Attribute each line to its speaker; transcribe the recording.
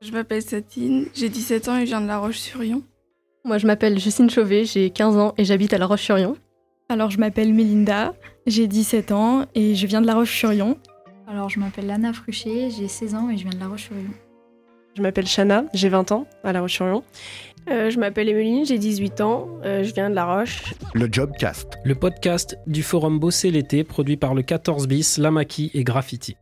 Speaker 1: Je m'appelle Satine, j'ai 17 ans et je viens de La Roche-sur-Yon.
Speaker 2: Moi, je m'appelle Justine Chauvet, j'ai 15 ans et j'habite à La Roche-sur-Yon.
Speaker 3: Alors, je m'appelle Mélinda, j'ai 17 ans et je viens de La Roche-sur-Yon.
Speaker 4: Alors, je m'appelle Lana Fruchet, j'ai 16 ans et je viens de La Roche-sur-Yon.
Speaker 5: Je m'appelle Chana, j'ai 20 ans, à La Roche-sur-Yon.
Speaker 6: Euh, je m'appelle Emeline, j'ai 18 ans, euh, je viens de La Roche.
Speaker 7: Le Jobcast.
Speaker 8: Le podcast du forum Bosser l'été, produit par le 14 bis, La Maquis et Graffiti.